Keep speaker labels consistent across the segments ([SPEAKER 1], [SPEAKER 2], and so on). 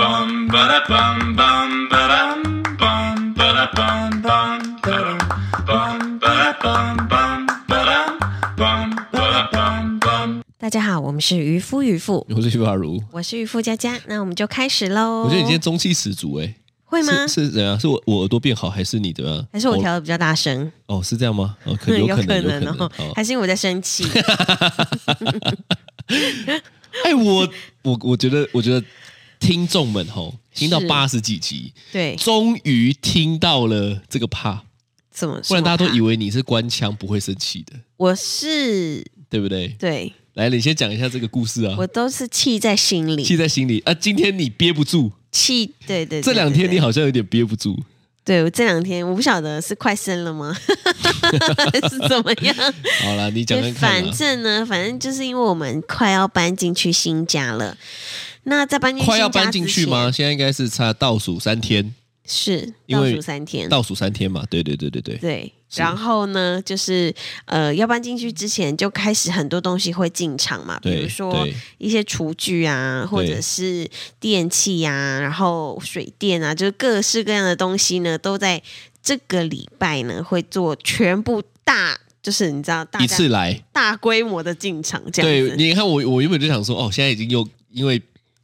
[SPEAKER 1] bum ba da bum bum ba dum bum ba da bum bum ba dum bum ba da bum bum ba dum bum ba da bum bum
[SPEAKER 2] 大家好，我们是渔夫渔妇，
[SPEAKER 3] 我是徐法如，
[SPEAKER 2] 我是渔夫佳佳，那我们就开始喽。
[SPEAKER 3] 我觉得你今天中气十足哎、
[SPEAKER 2] 会哦吗？
[SPEAKER 3] 是是怎样？是我我耳朵变好，还是你怎么样？
[SPEAKER 2] 还是我
[SPEAKER 3] 哦
[SPEAKER 2] 调的比较大声？嗯
[SPEAKER 3] 哦，是这样吗？哦，可有可能有可能。
[SPEAKER 2] 哦，
[SPEAKER 3] 哦
[SPEAKER 2] 还是因为我在生 气？
[SPEAKER 3] 哎，我我我觉得，我觉得听众们吼，听到
[SPEAKER 2] 是
[SPEAKER 3] 八十几集，
[SPEAKER 2] 对，
[SPEAKER 3] 终于听到了这个怕，
[SPEAKER 2] 怎么？
[SPEAKER 3] 不然大家都以
[SPEAKER 2] 为
[SPEAKER 3] 为你是官腔不会生气的，
[SPEAKER 2] 我是
[SPEAKER 3] 对不对？
[SPEAKER 2] 对，
[SPEAKER 3] 来，你先讲一下这个故事啊
[SPEAKER 2] 我，都是气在心里，
[SPEAKER 3] 气在心里啊。今天你憋不住，
[SPEAKER 2] 气对对对。
[SPEAKER 3] 这两
[SPEAKER 2] 对
[SPEAKER 3] 天你，
[SPEAKER 2] 对
[SPEAKER 3] 好像有点憋不住，
[SPEAKER 2] 对我这两天我不晓得是快生了 吗？是怎么样？
[SPEAKER 3] 好啦，你讲
[SPEAKER 2] 对，
[SPEAKER 3] 讲看啊
[SPEAKER 2] 反
[SPEAKER 3] 啦。
[SPEAKER 2] 正呢，反正就是因为我们快要搬进去新家了。那在搬进
[SPEAKER 3] 快要
[SPEAKER 2] 新家
[SPEAKER 3] 搬进
[SPEAKER 2] 之
[SPEAKER 3] 去吗？
[SPEAKER 2] 前？
[SPEAKER 3] 现在应该是差倒数三天，
[SPEAKER 2] 是
[SPEAKER 3] 因
[SPEAKER 2] 倒
[SPEAKER 3] 为
[SPEAKER 2] 数三天，
[SPEAKER 3] 倒数三天嘛。对对对对对。
[SPEAKER 2] 对，
[SPEAKER 3] 是
[SPEAKER 2] 然后呢，就是呃，要搬进去之前就开始很多东西会进场嘛，比
[SPEAKER 3] 对，
[SPEAKER 2] 如说
[SPEAKER 3] 对
[SPEAKER 2] 一些厨具啊，或者
[SPEAKER 3] 对
[SPEAKER 2] 是电器呀、然后水电啊，就是各式各样的东西呢，都在这个礼拜呢会做全部大，就是你知道大家
[SPEAKER 3] 一次来，
[SPEAKER 2] 大规模的进场这样
[SPEAKER 3] 对，
[SPEAKER 2] 子。
[SPEAKER 3] 你看我我原本就想说，哦，现在已经又因为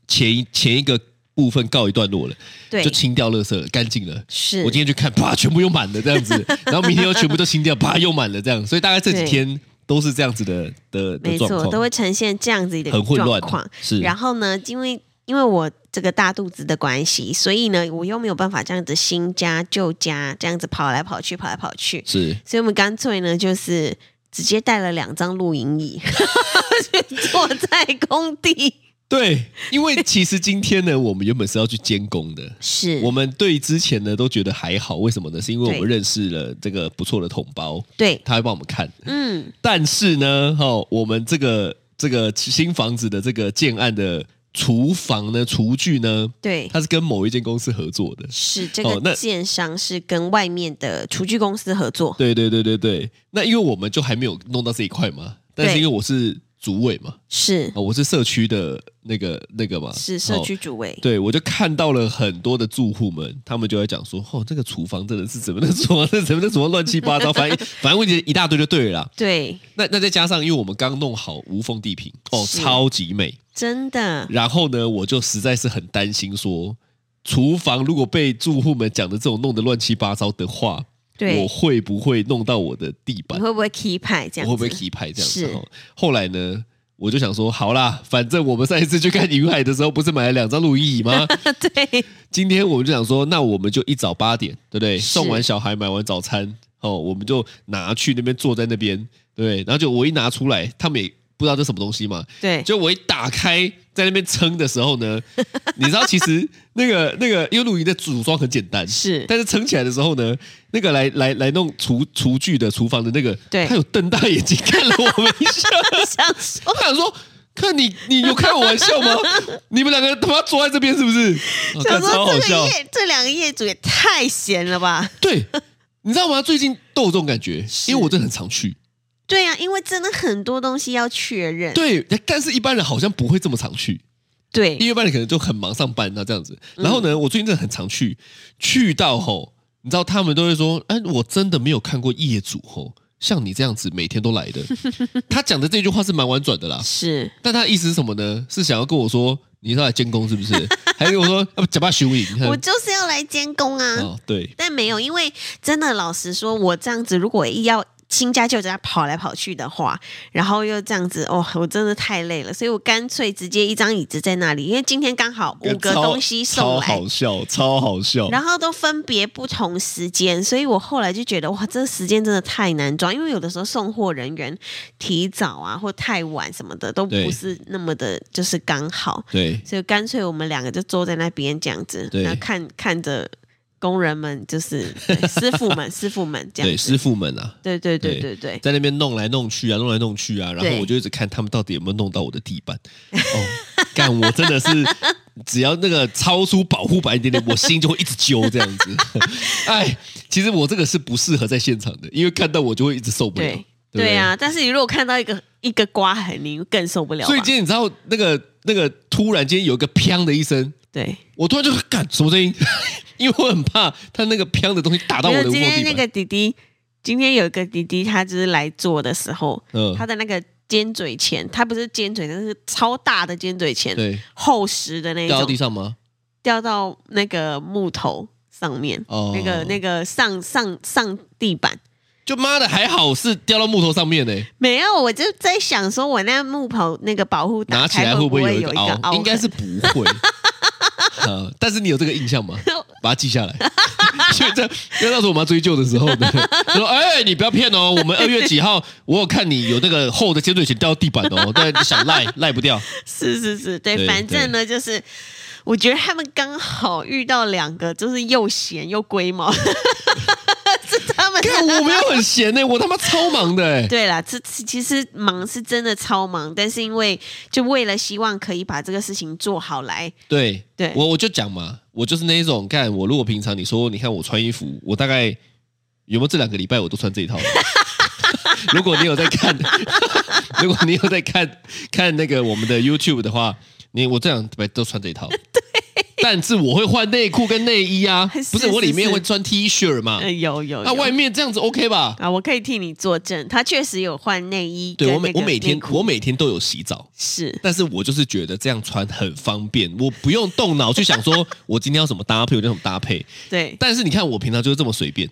[SPEAKER 3] 前一前一个部分告一段落了，
[SPEAKER 2] 对，
[SPEAKER 3] 就清掉垃圾了，干净了。
[SPEAKER 2] 是
[SPEAKER 3] 我今天去看，啪，全部又满了这 样子，然后明天又全部都清掉，啪，又满了这样，所以大概这几
[SPEAKER 2] 对
[SPEAKER 3] 天都是这样子的的的
[SPEAKER 2] 没
[SPEAKER 3] 状
[SPEAKER 2] 错，都
[SPEAKER 3] 况，
[SPEAKER 2] 会呈现这样子的
[SPEAKER 3] 很混
[SPEAKER 2] 状
[SPEAKER 3] 乱
[SPEAKER 2] 况。
[SPEAKER 3] 的，是，
[SPEAKER 2] 然后呢，因为因为我这个大肚子的关系，所以呢，我又没有办法这样子新家旧家这样子跑来跑去，跑来跑去，
[SPEAKER 3] 是
[SPEAKER 2] 所以我们干脆呢，就是直接带了两张露营椅 去坐在工地。
[SPEAKER 3] 对，因为其实今天呢，我们原本是要去监工的，
[SPEAKER 2] 是
[SPEAKER 3] 我们对之前呢都觉得还好，为什么呢？是因为我
[SPEAKER 2] 对
[SPEAKER 3] 们认识了这个不错的同胞，
[SPEAKER 2] 对，
[SPEAKER 3] 他会帮我们看，
[SPEAKER 2] 嗯，
[SPEAKER 3] 但是呢，哈、我们这个这个新房子的这个建案的厨房呢、厨具呢，
[SPEAKER 2] 对。
[SPEAKER 3] 它是跟某一间公司合作的。
[SPEAKER 2] 是这
[SPEAKER 3] 哦
[SPEAKER 2] 个
[SPEAKER 3] 那
[SPEAKER 2] 建商是跟外面的厨具公司合作，
[SPEAKER 3] 对对对对对，那因为我们就还没有弄到这一块嘛，但是
[SPEAKER 2] 对
[SPEAKER 3] 因为我是主委嘛，
[SPEAKER 2] 是
[SPEAKER 3] 啊、我是社区的那个那个嘛，
[SPEAKER 2] 是社区
[SPEAKER 3] 哦
[SPEAKER 2] 主委，
[SPEAKER 3] 对，我就看到了很多的住户们，他们就在讲说，哦，这个厨房真的是怎么的厨房，这怎么的怎么乱七八糟，反正反正问题一大堆就对了啦。
[SPEAKER 2] 对，
[SPEAKER 3] 那那再加上，因为我们刚弄好无缝地坪，哦，
[SPEAKER 2] 是
[SPEAKER 3] 超级美，
[SPEAKER 2] 真的
[SPEAKER 3] 然后呢，我就实在是很担心说，厨房如果被住户们讲的这种弄得乱七八糟的话，
[SPEAKER 2] 对
[SPEAKER 3] 我，会不会弄到我的地板
[SPEAKER 2] 你？会不会 key 派这样
[SPEAKER 3] 我
[SPEAKER 2] 子？
[SPEAKER 3] 会不会 k 牌这样子
[SPEAKER 2] 是？
[SPEAKER 3] 哦后来呢，我就想说，好啦，反正我们上一次去看云海的时候，不是买了两张录音椅吗？
[SPEAKER 2] 对，
[SPEAKER 3] 今天我们就想说，那我们就一早八点，对不对？
[SPEAKER 2] 是
[SPEAKER 3] 送完小孩，买完早餐，哦，我们就拿去那边坐在那边，对不对？然后就我一拿出来，他们也不知道这什么东西嘛，
[SPEAKER 2] 对，
[SPEAKER 3] 就我一打开在那边撑的时候 呢，你知道其实那个那个因为露营的组装很简单，
[SPEAKER 2] 是
[SPEAKER 3] 但是撑起来的时候呢，那个来来来弄厨厨具的厨房的那个，
[SPEAKER 2] 对
[SPEAKER 3] 他有瞪大眼睛看了我们一下，
[SPEAKER 2] 想说
[SPEAKER 3] 他想说。看你，你有开我玩 笑吗？你们两个他妈坐在这边是不是？哦
[SPEAKER 2] 想
[SPEAKER 3] 看超
[SPEAKER 2] 说
[SPEAKER 3] 好
[SPEAKER 2] 这个
[SPEAKER 3] 笑。
[SPEAKER 2] 业这两个业主也太闲了吧？
[SPEAKER 3] 对，你知道吗？最近都有这种感觉，因为我真的很常去。
[SPEAKER 2] 对呀、因为真的很多东西要确认。
[SPEAKER 3] 对，但是一般人好像不会这么常去。
[SPEAKER 2] 对
[SPEAKER 3] 因为一般人可能就很忙上班那啊这样子。然后呢，
[SPEAKER 2] 嗯
[SPEAKER 3] 我最近真的很常去，去到吼，你知道他们都会说，哎，我真的没有看过业主吼像你这样子每天都 来的。他讲的这句话是蛮婉转的啦，
[SPEAKER 2] 是
[SPEAKER 3] 但他的意思是什么呢？是想要跟我说你是来监工 是不是？还是跟我说要不假扮修营？你看
[SPEAKER 2] 我就是要来监工啊，
[SPEAKER 3] 哦，对，
[SPEAKER 2] 但没有，因为真的老实说，我这样子如果一要。新家旧家跑来跑去的话，然后又这样子，哦，我真的太累了，所以我干脆直接一张椅子在那里，因为今天刚好五个
[SPEAKER 3] 超
[SPEAKER 2] 东西送
[SPEAKER 3] 超
[SPEAKER 2] 来，
[SPEAKER 3] 好笑，超好笑。
[SPEAKER 2] 然后都分别不同时间，所以我后来就觉得哇，这时间真的太难抓，因为有的时候送货人员提早啊或太晚什么的都
[SPEAKER 3] 对
[SPEAKER 2] 不是那么的，就是刚好，
[SPEAKER 3] 对
[SPEAKER 2] 所以干脆我们两个就坐在那边这样子，
[SPEAKER 3] 对
[SPEAKER 2] 然后看看着工人们，就是对师傅 们、师傅们这
[SPEAKER 3] 对，
[SPEAKER 2] 样子，
[SPEAKER 3] 师傅们啊，
[SPEAKER 2] 对对对对
[SPEAKER 3] 对
[SPEAKER 2] 对，
[SPEAKER 3] 在那边弄来弄去啊，弄来弄去啊，然
[SPEAKER 2] 对
[SPEAKER 3] 后我就一直看他们到底有没有弄到我的地板。哦，干，我真 的是只要那个超出保护板一点点，我心就会一直揪这样子。 哎，其实我这个是不适合在现场的，因为看到我就会一直受不了。
[SPEAKER 2] 对
[SPEAKER 3] 对不
[SPEAKER 2] 对啊！但是你如果看到一个一个刮痕，你更受不了吧。
[SPEAKER 3] 所以今天你知道那个那个突然间有一个砰的一声，
[SPEAKER 2] 对，
[SPEAKER 3] 我突然就干什么声音， 因为我很怕他那个飘的东西打到我
[SPEAKER 2] 因
[SPEAKER 3] 的
[SPEAKER 2] 为
[SPEAKER 3] 卧
[SPEAKER 2] 今天
[SPEAKER 3] 地
[SPEAKER 2] 那
[SPEAKER 3] 板。
[SPEAKER 2] 个弟弟，今天有一个弟弟，他就是来做的时候，
[SPEAKER 3] 嗯
[SPEAKER 2] 他的那个尖嘴钳，他不是尖嘴，那是超大的尖嘴钳，
[SPEAKER 3] 对，
[SPEAKER 2] 厚实的那一
[SPEAKER 3] 掉到地
[SPEAKER 2] 种，
[SPEAKER 3] 上吗？
[SPEAKER 2] 掉到那个木头上面，
[SPEAKER 3] 哦
[SPEAKER 2] 那个那个上上上地板。
[SPEAKER 3] 就妈的，还好是掉到木头上面呢、
[SPEAKER 2] 没有，我就在想说，我那木头那个保护打
[SPEAKER 3] 拿起
[SPEAKER 2] 开
[SPEAKER 3] 来
[SPEAKER 2] 会
[SPEAKER 3] 会不会
[SPEAKER 2] 会
[SPEAKER 3] 有一
[SPEAKER 2] 有
[SPEAKER 3] 个
[SPEAKER 2] 一个凹
[SPEAKER 3] 凹？
[SPEAKER 2] 痕？
[SPEAKER 3] 应该是不会。 呃，但是你有这个印 象吗？把它记下来。 因为这，因为那时候我们要追究的时候呢，他说：“哎、你不要骗哦，我们二月几号，我有看你有那个厚的尖锐钳掉到地板哦，但你想赖赖不掉。
[SPEAKER 2] 是是是，对，
[SPEAKER 3] 对
[SPEAKER 2] 反正呢，就是我觉得他们刚好遇到两个，就是又闲又龟毛， 是他们。
[SPEAKER 3] 看我没有很闲呢、我他妈超忙的 哎、
[SPEAKER 2] 对啦，这其其实忙是真的超忙，但是因为就为了希望可以把这个事情做好来，
[SPEAKER 3] 对，
[SPEAKER 2] 对
[SPEAKER 3] 我我就讲嘛，我就是那一种干。我如果平常你说，你看我穿衣服，我大概有没有这两个礼拜我都穿 这一套？如果你有在看，如果你有在看看那个我们的 YouTube 的话，你我这两个礼拜都穿这一套。但是我会换内裤跟内衣啊，
[SPEAKER 2] 是
[SPEAKER 3] 不是我里面
[SPEAKER 2] 是
[SPEAKER 3] 会穿 T 恤嘛？
[SPEAKER 2] 呃，有有
[SPEAKER 3] 那
[SPEAKER 2] 有
[SPEAKER 3] 外面这样子 OK 吧？
[SPEAKER 2] 啊，我可以替你作证，他确实有换内衣跟
[SPEAKER 3] 对
[SPEAKER 2] 那
[SPEAKER 3] 我
[SPEAKER 2] 个内裤，
[SPEAKER 3] 每我每天我每天都有洗澡，
[SPEAKER 2] 是
[SPEAKER 3] 但是我就是觉得这样穿很方便，我不用动脑去想说我今天要怎么搭配，我就怎么搭配。
[SPEAKER 2] 对
[SPEAKER 3] 但是你看，我平常就是这么随便。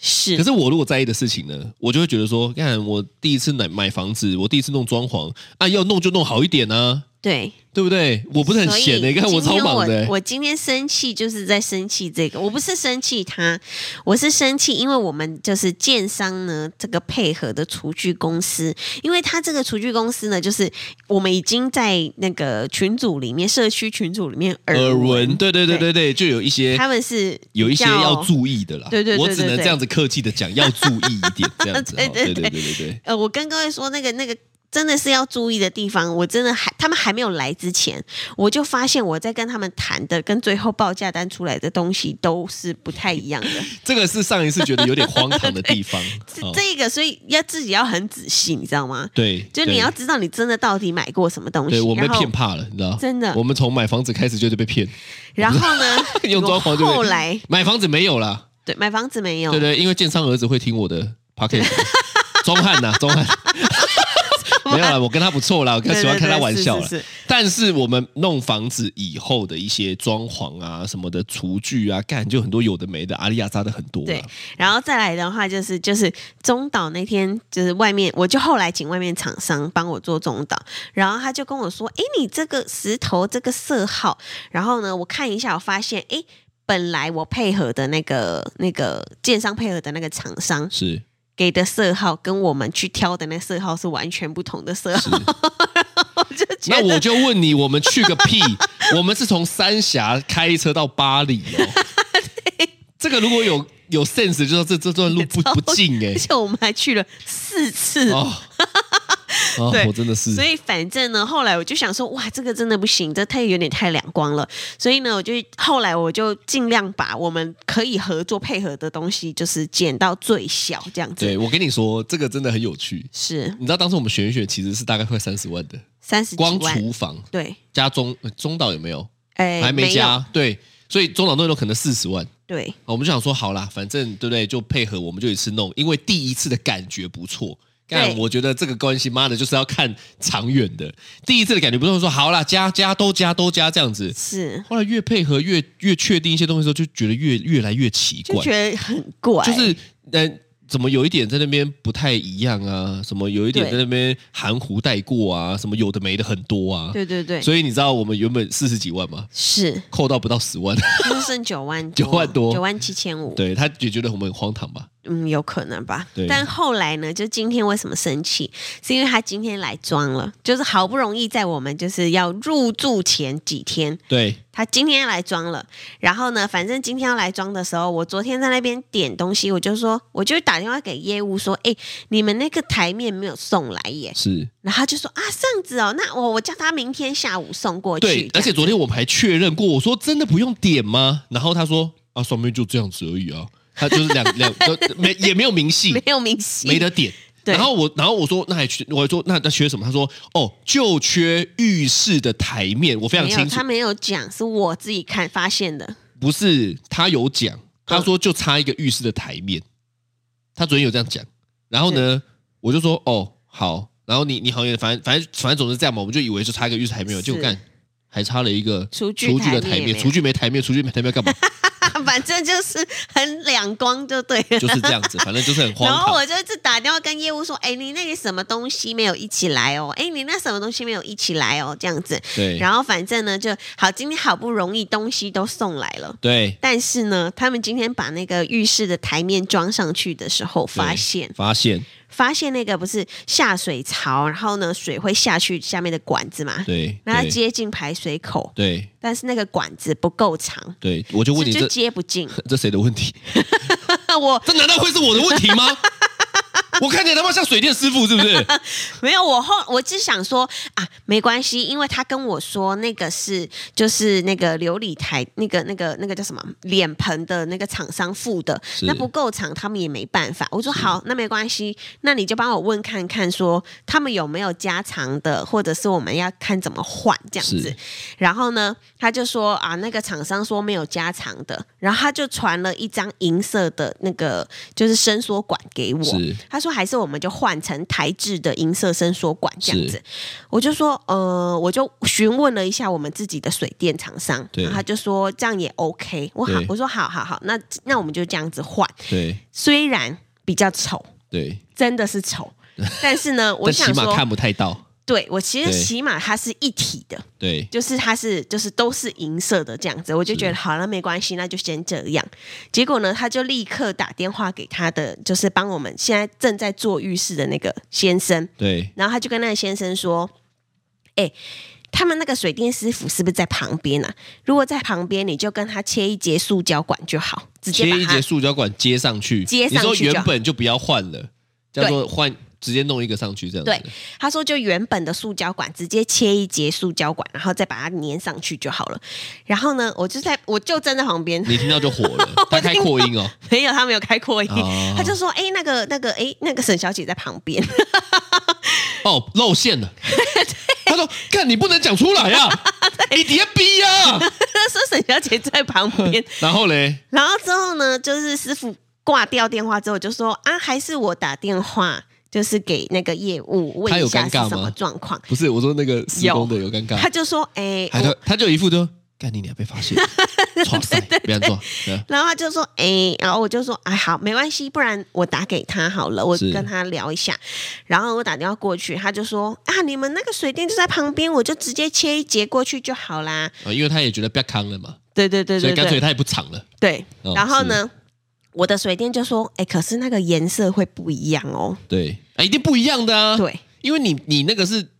[SPEAKER 2] 是，
[SPEAKER 3] 可是我如果在意的事情呢，我就会觉得说，看我第一次买买房子，我第一次弄装潢啊，要弄就弄好一点啊，
[SPEAKER 2] 对，
[SPEAKER 3] 对不对？我不是很
[SPEAKER 2] 所以
[SPEAKER 3] 闲欸的、你看
[SPEAKER 2] 今
[SPEAKER 3] 我超
[SPEAKER 2] 天
[SPEAKER 3] 忙的、
[SPEAKER 2] 我。我今天生气就是在生气这个，我不是生气他，我是生气，因为我们就是建商呢这个配合的厨具公司，因为他这个厨具公司呢，就是我们已经在那个群组里面、社区群组里面耳
[SPEAKER 3] 耳闻，对对对
[SPEAKER 2] 对
[SPEAKER 3] 对对，就有一些
[SPEAKER 2] 他们是
[SPEAKER 3] 呃有一些
[SPEAKER 2] 比较
[SPEAKER 3] 要。注意的啦。
[SPEAKER 2] 对对对对
[SPEAKER 3] 我只能
[SPEAKER 2] 对
[SPEAKER 3] 这样子客气的讲，要注意一点，这 样子。
[SPEAKER 2] 对
[SPEAKER 3] 哦
[SPEAKER 2] 对对
[SPEAKER 3] 对对对对对，
[SPEAKER 2] 呃，我跟各位说，那个那个真的是要注意的地方，我真的还他们还没有来之前，我就发现我在跟他们谈的跟最后报价单出来的东西都是不太一样的。
[SPEAKER 3] 这个是上一次觉得有点荒唐的 地方。
[SPEAKER 2] 这
[SPEAKER 3] 哦
[SPEAKER 2] 这个，所以要自己要很仔细，你知道吗？
[SPEAKER 3] 对，
[SPEAKER 2] 就你
[SPEAKER 3] 对
[SPEAKER 2] 要知道你真的到底买过什么东西，
[SPEAKER 3] 对我们
[SPEAKER 2] 然
[SPEAKER 3] 被
[SPEAKER 2] 后
[SPEAKER 3] 骗怕了，你知道？
[SPEAKER 2] 真的
[SPEAKER 3] 我们从买房子开始就是被骗，，
[SPEAKER 2] 然后呢
[SPEAKER 3] 用装潢就被
[SPEAKER 2] 我后来
[SPEAKER 3] 买房子没有啦，
[SPEAKER 2] 对买房子没有，
[SPEAKER 3] 对对，因为建商儿子会听我的 p o c k e t 钟汉呐， 钟汉。没有啦，我跟他不错啦，我
[SPEAKER 2] 对，
[SPEAKER 3] 跟喜欢
[SPEAKER 2] 对
[SPEAKER 3] 开他
[SPEAKER 2] 对
[SPEAKER 3] 玩
[SPEAKER 2] 是
[SPEAKER 3] 笑啦。
[SPEAKER 2] 是是
[SPEAKER 3] 但是我们弄房子以后的一些装潢啊、什么的厨具啊，干就很多有的没的，阿里亚扎的很多啦。
[SPEAKER 2] 对然后再来的话就是就是中岛那天就是外面，我就后来请外面厂商帮我做中岛，然后他就跟我说：“诶，你这个石头这个色号。”然后呢，我看一下，我发现诶，本来我配合的那个那个建商配合的那个厂商
[SPEAKER 3] 是
[SPEAKER 2] 给的色号跟我们去挑的那个色号是完全不同的色号，
[SPEAKER 3] 是。
[SPEAKER 2] 我就觉
[SPEAKER 3] 那
[SPEAKER 2] 得
[SPEAKER 3] 我就问你，我们去个屁？ 我们是从三峡开车到巴黎 哦。这个如果有有 sense，就知道这这段路不
[SPEAKER 2] 超
[SPEAKER 3] 不近哎
[SPEAKER 2] 而、且我们还去了四次，
[SPEAKER 3] 哦，哦
[SPEAKER 2] 对
[SPEAKER 3] 我真的是
[SPEAKER 2] 所以反正呢，后来我就想说，哇，这个真的不行，这太有点太两光了。所以呢，我就后来我就尽量把我们可以合作配合的东西，就是减到最小，这样子。
[SPEAKER 3] 对我跟你说，这个真的很有趣。
[SPEAKER 2] 是
[SPEAKER 3] 你知道当时我们选一选，其实是大概快三十万的，
[SPEAKER 2] 三十
[SPEAKER 3] 光
[SPEAKER 2] 几万，
[SPEAKER 3] 厨房
[SPEAKER 2] 对，
[SPEAKER 3] 加中呃中岛有没有？
[SPEAKER 2] 哎，
[SPEAKER 3] 还
[SPEAKER 2] 没有
[SPEAKER 3] 加，对，所以中岛那边都可能四十万。哦
[SPEAKER 2] 对，
[SPEAKER 3] 我们就想说，好啦，反正对不对？就配合，我们就一次弄，因为第一次的感觉不错。但
[SPEAKER 2] 对
[SPEAKER 3] 我觉得这个关系，妈的，就是要看长远的。第一次的感觉不错，说好啦，加加都加都加这样子。
[SPEAKER 2] 是
[SPEAKER 3] 后来越配合越越确定一些东西的时候，就觉得越越来越奇
[SPEAKER 2] 就
[SPEAKER 3] 怪，
[SPEAKER 2] 觉得很怪，
[SPEAKER 3] 就是嗯、呃怎么有一点在那边不太一样啊？什么有一点
[SPEAKER 2] 对
[SPEAKER 3] 在那边含糊带过啊？什么有的没的很多啊？
[SPEAKER 2] 对对对，
[SPEAKER 3] 所以你知道我们原本四十几万嘛，
[SPEAKER 2] 是
[SPEAKER 3] 扣到不到十 万，
[SPEAKER 2] 就剩九万
[SPEAKER 3] 九万多
[SPEAKER 2] 九万七千五，
[SPEAKER 3] 对他也觉得我们很荒唐吧？
[SPEAKER 2] 嗯，有可能吧
[SPEAKER 3] 对。
[SPEAKER 2] 但后来呢，就今天为什么生气，是因为他今天来装了，就是好不容易在我们就是要入住前几天，
[SPEAKER 3] 对，
[SPEAKER 2] 他今天来装了。然后呢，反正今天要来装的时候，我昨天在那边点东西，我就说，我就打电话给业务说，哎，你们那个台面没有送来耶。
[SPEAKER 3] 是
[SPEAKER 2] 然后他就说啊，这样子哦，那我我叫他明天下午送过去。
[SPEAKER 3] 对，
[SPEAKER 2] 这
[SPEAKER 3] 而
[SPEAKER 2] 样
[SPEAKER 3] 且昨天我们还确认过，我说真的不用点吗？然后他说啊，上面就这样子而已啊，他就是两两都没也没有明细
[SPEAKER 2] 没，有明细，
[SPEAKER 3] 没得点。
[SPEAKER 2] 对
[SPEAKER 3] 然后我，然后我说，那还缺？我说那那缺什么？他说哦，就缺浴室的台面。我非常
[SPEAKER 2] 没有，
[SPEAKER 3] 清楚
[SPEAKER 2] 他，没有讲，是我自己看发现的。
[SPEAKER 3] 不是他有
[SPEAKER 2] 嗯
[SPEAKER 3] 讲，他说就差一个浴室的台面。他昨天有这样讲，然后呢，我就说哦好，然后你你好像也反正反正反正总是这样嘛，我们就以为就差一个浴室台面有，
[SPEAKER 2] 是
[SPEAKER 3] 结果干还差了一个
[SPEAKER 2] 厨具
[SPEAKER 3] 厨具的
[SPEAKER 2] 台面也
[SPEAKER 3] 台面，
[SPEAKER 2] 没有
[SPEAKER 3] 厨具没台面，厨具没台面 干嘛？
[SPEAKER 2] 反正就是很两光就对了。
[SPEAKER 3] 就是这样子，反正就是很荒
[SPEAKER 2] 然后
[SPEAKER 3] 唐。
[SPEAKER 2] 我就一直打电话跟业务说：“哎，你那个什么东西没有一起来哦？哎，你那什么东西没有一起来哦？这样子。”
[SPEAKER 3] 对
[SPEAKER 2] 然后反正呢，就好，今天好不容易东西都送来了。
[SPEAKER 3] 对，
[SPEAKER 2] 但是呢，他们今天把那个浴室的台面装上去的时候，发
[SPEAKER 3] 对
[SPEAKER 2] 现
[SPEAKER 3] 发现
[SPEAKER 2] 发现那个不是下水槽，然后呢水会下去下面的管子嘛，
[SPEAKER 3] 对
[SPEAKER 2] 那它
[SPEAKER 3] 对
[SPEAKER 2] 接近排水口，
[SPEAKER 3] 对
[SPEAKER 2] 但是那个管子不够长，
[SPEAKER 3] 对，我就问
[SPEAKER 2] 这
[SPEAKER 3] 你
[SPEAKER 2] 就
[SPEAKER 3] 这
[SPEAKER 2] 接不 进。
[SPEAKER 3] 这谁的问题？
[SPEAKER 2] 我
[SPEAKER 3] 这难道会是我的问 题吗？我看起来他妈像水电师傅是不是？
[SPEAKER 2] 没有，我后我只想说啊，没关系，因为他跟我说那个是就是那个琉璃台那个那个那个叫什么脸盆的那个厂商付的，那不够长，他们也没办法。我说好，那没关系，那你就帮我问看看说他们有没有加长的，或者是我们要看怎么换这样子
[SPEAKER 3] 是。
[SPEAKER 2] 然后呢，他就说啊，那个厂商说没有加长的，然后他就传了一张银色的那个就是伸缩管给 我，
[SPEAKER 3] 是
[SPEAKER 2] 他说还是我们就换成台制的银色伸缩管这样
[SPEAKER 3] 是
[SPEAKER 2] 子。我就说，呃，我就询问了一下我们自己的水电厂商，
[SPEAKER 3] 对
[SPEAKER 2] 然后他就说这样也 OK。我好
[SPEAKER 3] 对，
[SPEAKER 2] 我说好好好，那那我们就这样子换，
[SPEAKER 3] 对
[SPEAKER 2] 虽然比较丑，
[SPEAKER 3] 对，
[SPEAKER 2] 真的是 丑，但是呢，我
[SPEAKER 3] 但起
[SPEAKER 2] 想
[SPEAKER 3] 码
[SPEAKER 2] 说，
[SPEAKER 3] 看不太到。
[SPEAKER 2] 对我其实
[SPEAKER 3] 对
[SPEAKER 2] 起码它是一体的，
[SPEAKER 3] 对
[SPEAKER 2] 就是它是就是都是银色的这样子，我就觉
[SPEAKER 3] 嗯
[SPEAKER 2] 得好了没关系，那就先这样。结果呢，他就立刻打电话给他的，就是帮我们现在正在做浴室的那个先生，
[SPEAKER 3] 对
[SPEAKER 2] 然后他就跟那个先生说：“哎、他们那个水电师傅是不是在旁边啊？如果在旁边，你就跟他切一节塑胶管就好，直接
[SPEAKER 3] 切
[SPEAKER 2] 把
[SPEAKER 3] 一
[SPEAKER 2] 它
[SPEAKER 3] 节塑胶管接上去，
[SPEAKER 2] 接上去
[SPEAKER 3] 你说
[SPEAKER 2] 就好
[SPEAKER 3] 原本就不要换了，叫做换直接弄一个上去这样子。
[SPEAKER 2] 对他说就原本的塑胶管直接切一节塑胶管，然后再把它粘上去就好了。然后呢，我就在我就站在旁边，
[SPEAKER 3] 你听到就火 了，他开扩音哦，
[SPEAKER 2] 没有他没有开扩音，
[SPEAKER 3] 哦
[SPEAKER 2] 他就说：“哎、那个那个哎、那个沈小姐在旁边。
[SPEAKER 3] 哦露馅了。他说：“看你不能讲出来 啊，你别逼
[SPEAKER 2] 他
[SPEAKER 3] 啊。
[SPEAKER 2] 说沈小姐在旁 边。”
[SPEAKER 3] 然后嘞，
[SPEAKER 2] 然后之后呢，就是师傅挂掉电话之后就说：“啊，还是我打电话，就是给那个业务问
[SPEAKER 3] 他
[SPEAKER 2] 一
[SPEAKER 3] 有
[SPEAKER 2] 下是
[SPEAKER 3] 尴尬吗
[SPEAKER 2] 什么状况。
[SPEAKER 3] 不是我说那个施工的有尴”尬
[SPEAKER 2] 他，就说：“哎、
[SPEAKER 3] 他
[SPEAKER 2] 我
[SPEAKER 3] 就他就一副就干你俩被发现， 哇塞，不要做，对
[SPEAKER 2] 然后他就说：“哎、然后我就说：‘哎，好，没关系，不然我打给他好了，我
[SPEAKER 3] 是
[SPEAKER 2] 跟他聊一下。’然后我打电话过去，他就说：‘啊，你们那个水电就在旁边，我就直接切一节过去就好啦。
[SPEAKER 3] 啊，因为他也觉得不要扛了嘛，’
[SPEAKER 2] 对对对
[SPEAKER 3] 所
[SPEAKER 2] 对
[SPEAKER 3] 以干脆
[SPEAKER 2] 对
[SPEAKER 3] 他也不藏了。
[SPEAKER 2] 对。
[SPEAKER 3] 哦
[SPEAKER 2] 然后呢，我的水电就说：‘哎、可是那个颜色会不一样哦。
[SPEAKER 3] 对，啊，一定不一样的啊。
[SPEAKER 2] 对，
[SPEAKER 3] 因为你你那个是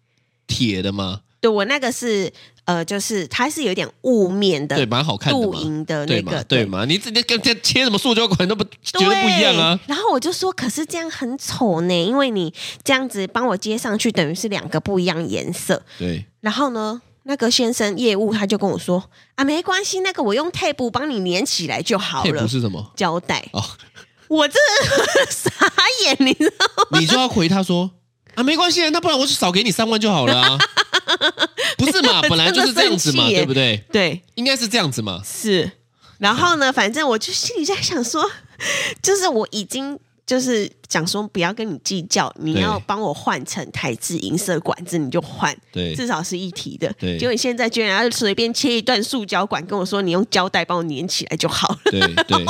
[SPEAKER 3] 铁的嘛，
[SPEAKER 2] 对我那个是呃，就是它是有点雾面的，
[SPEAKER 3] 对，蛮好看的
[SPEAKER 2] 露
[SPEAKER 3] 嘛，
[SPEAKER 2] 营的
[SPEAKER 3] 对
[SPEAKER 2] 那
[SPEAKER 3] 嘛
[SPEAKER 2] 个，
[SPEAKER 3] 对嘛，你直接跟这切什么塑胶管都不绝对不一样啊
[SPEAKER 2] 对。然后我就说，可是这样很丑呢，因为你这样子帮我接上去，等于是两个不一样颜色。
[SPEAKER 3] 对，
[SPEAKER 2] 然后呢，那个先生业务他就跟我说啊，没关系，那个我用 tape 帮你粘起来就好
[SPEAKER 3] 也不
[SPEAKER 2] 了。
[SPEAKER 3] 是什么
[SPEAKER 2] 胶带，
[SPEAKER 3] 哦，
[SPEAKER 2] 我这傻眼，你知道吗？
[SPEAKER 3] 你就要回他说啊，没关系，啊，那不然我就少给你三万就好 了啊。不是嘛，本来就是这样子
[SPEAKER 2] 真的生
[SPEAKER 3] 嘛，
[SPEAKER 2] 气耶
[SPEAKER 3] 对不对？
[SPEAKER 2] 对，
[SPEAKER 3] 应该是这样子 嘛。
[SPEAKER 2] 是，然后呢，反正我就心里在想说，就是我已经就是想说不要跟你计较，你
[SPEAKER 3] 对
[SPEAKER 2] 要帮我换成台制银色管子你就换，
[SPEAKER 3] 对
[SPEAKER 2] 至少是一体的。
[SPEAKER 3] 对
[SPEAKER 2] 结果你现在居然要随便切一段塑胶管跟我说你用胶带帮我粘起来就好了，
[SPEAKER 3] 对对，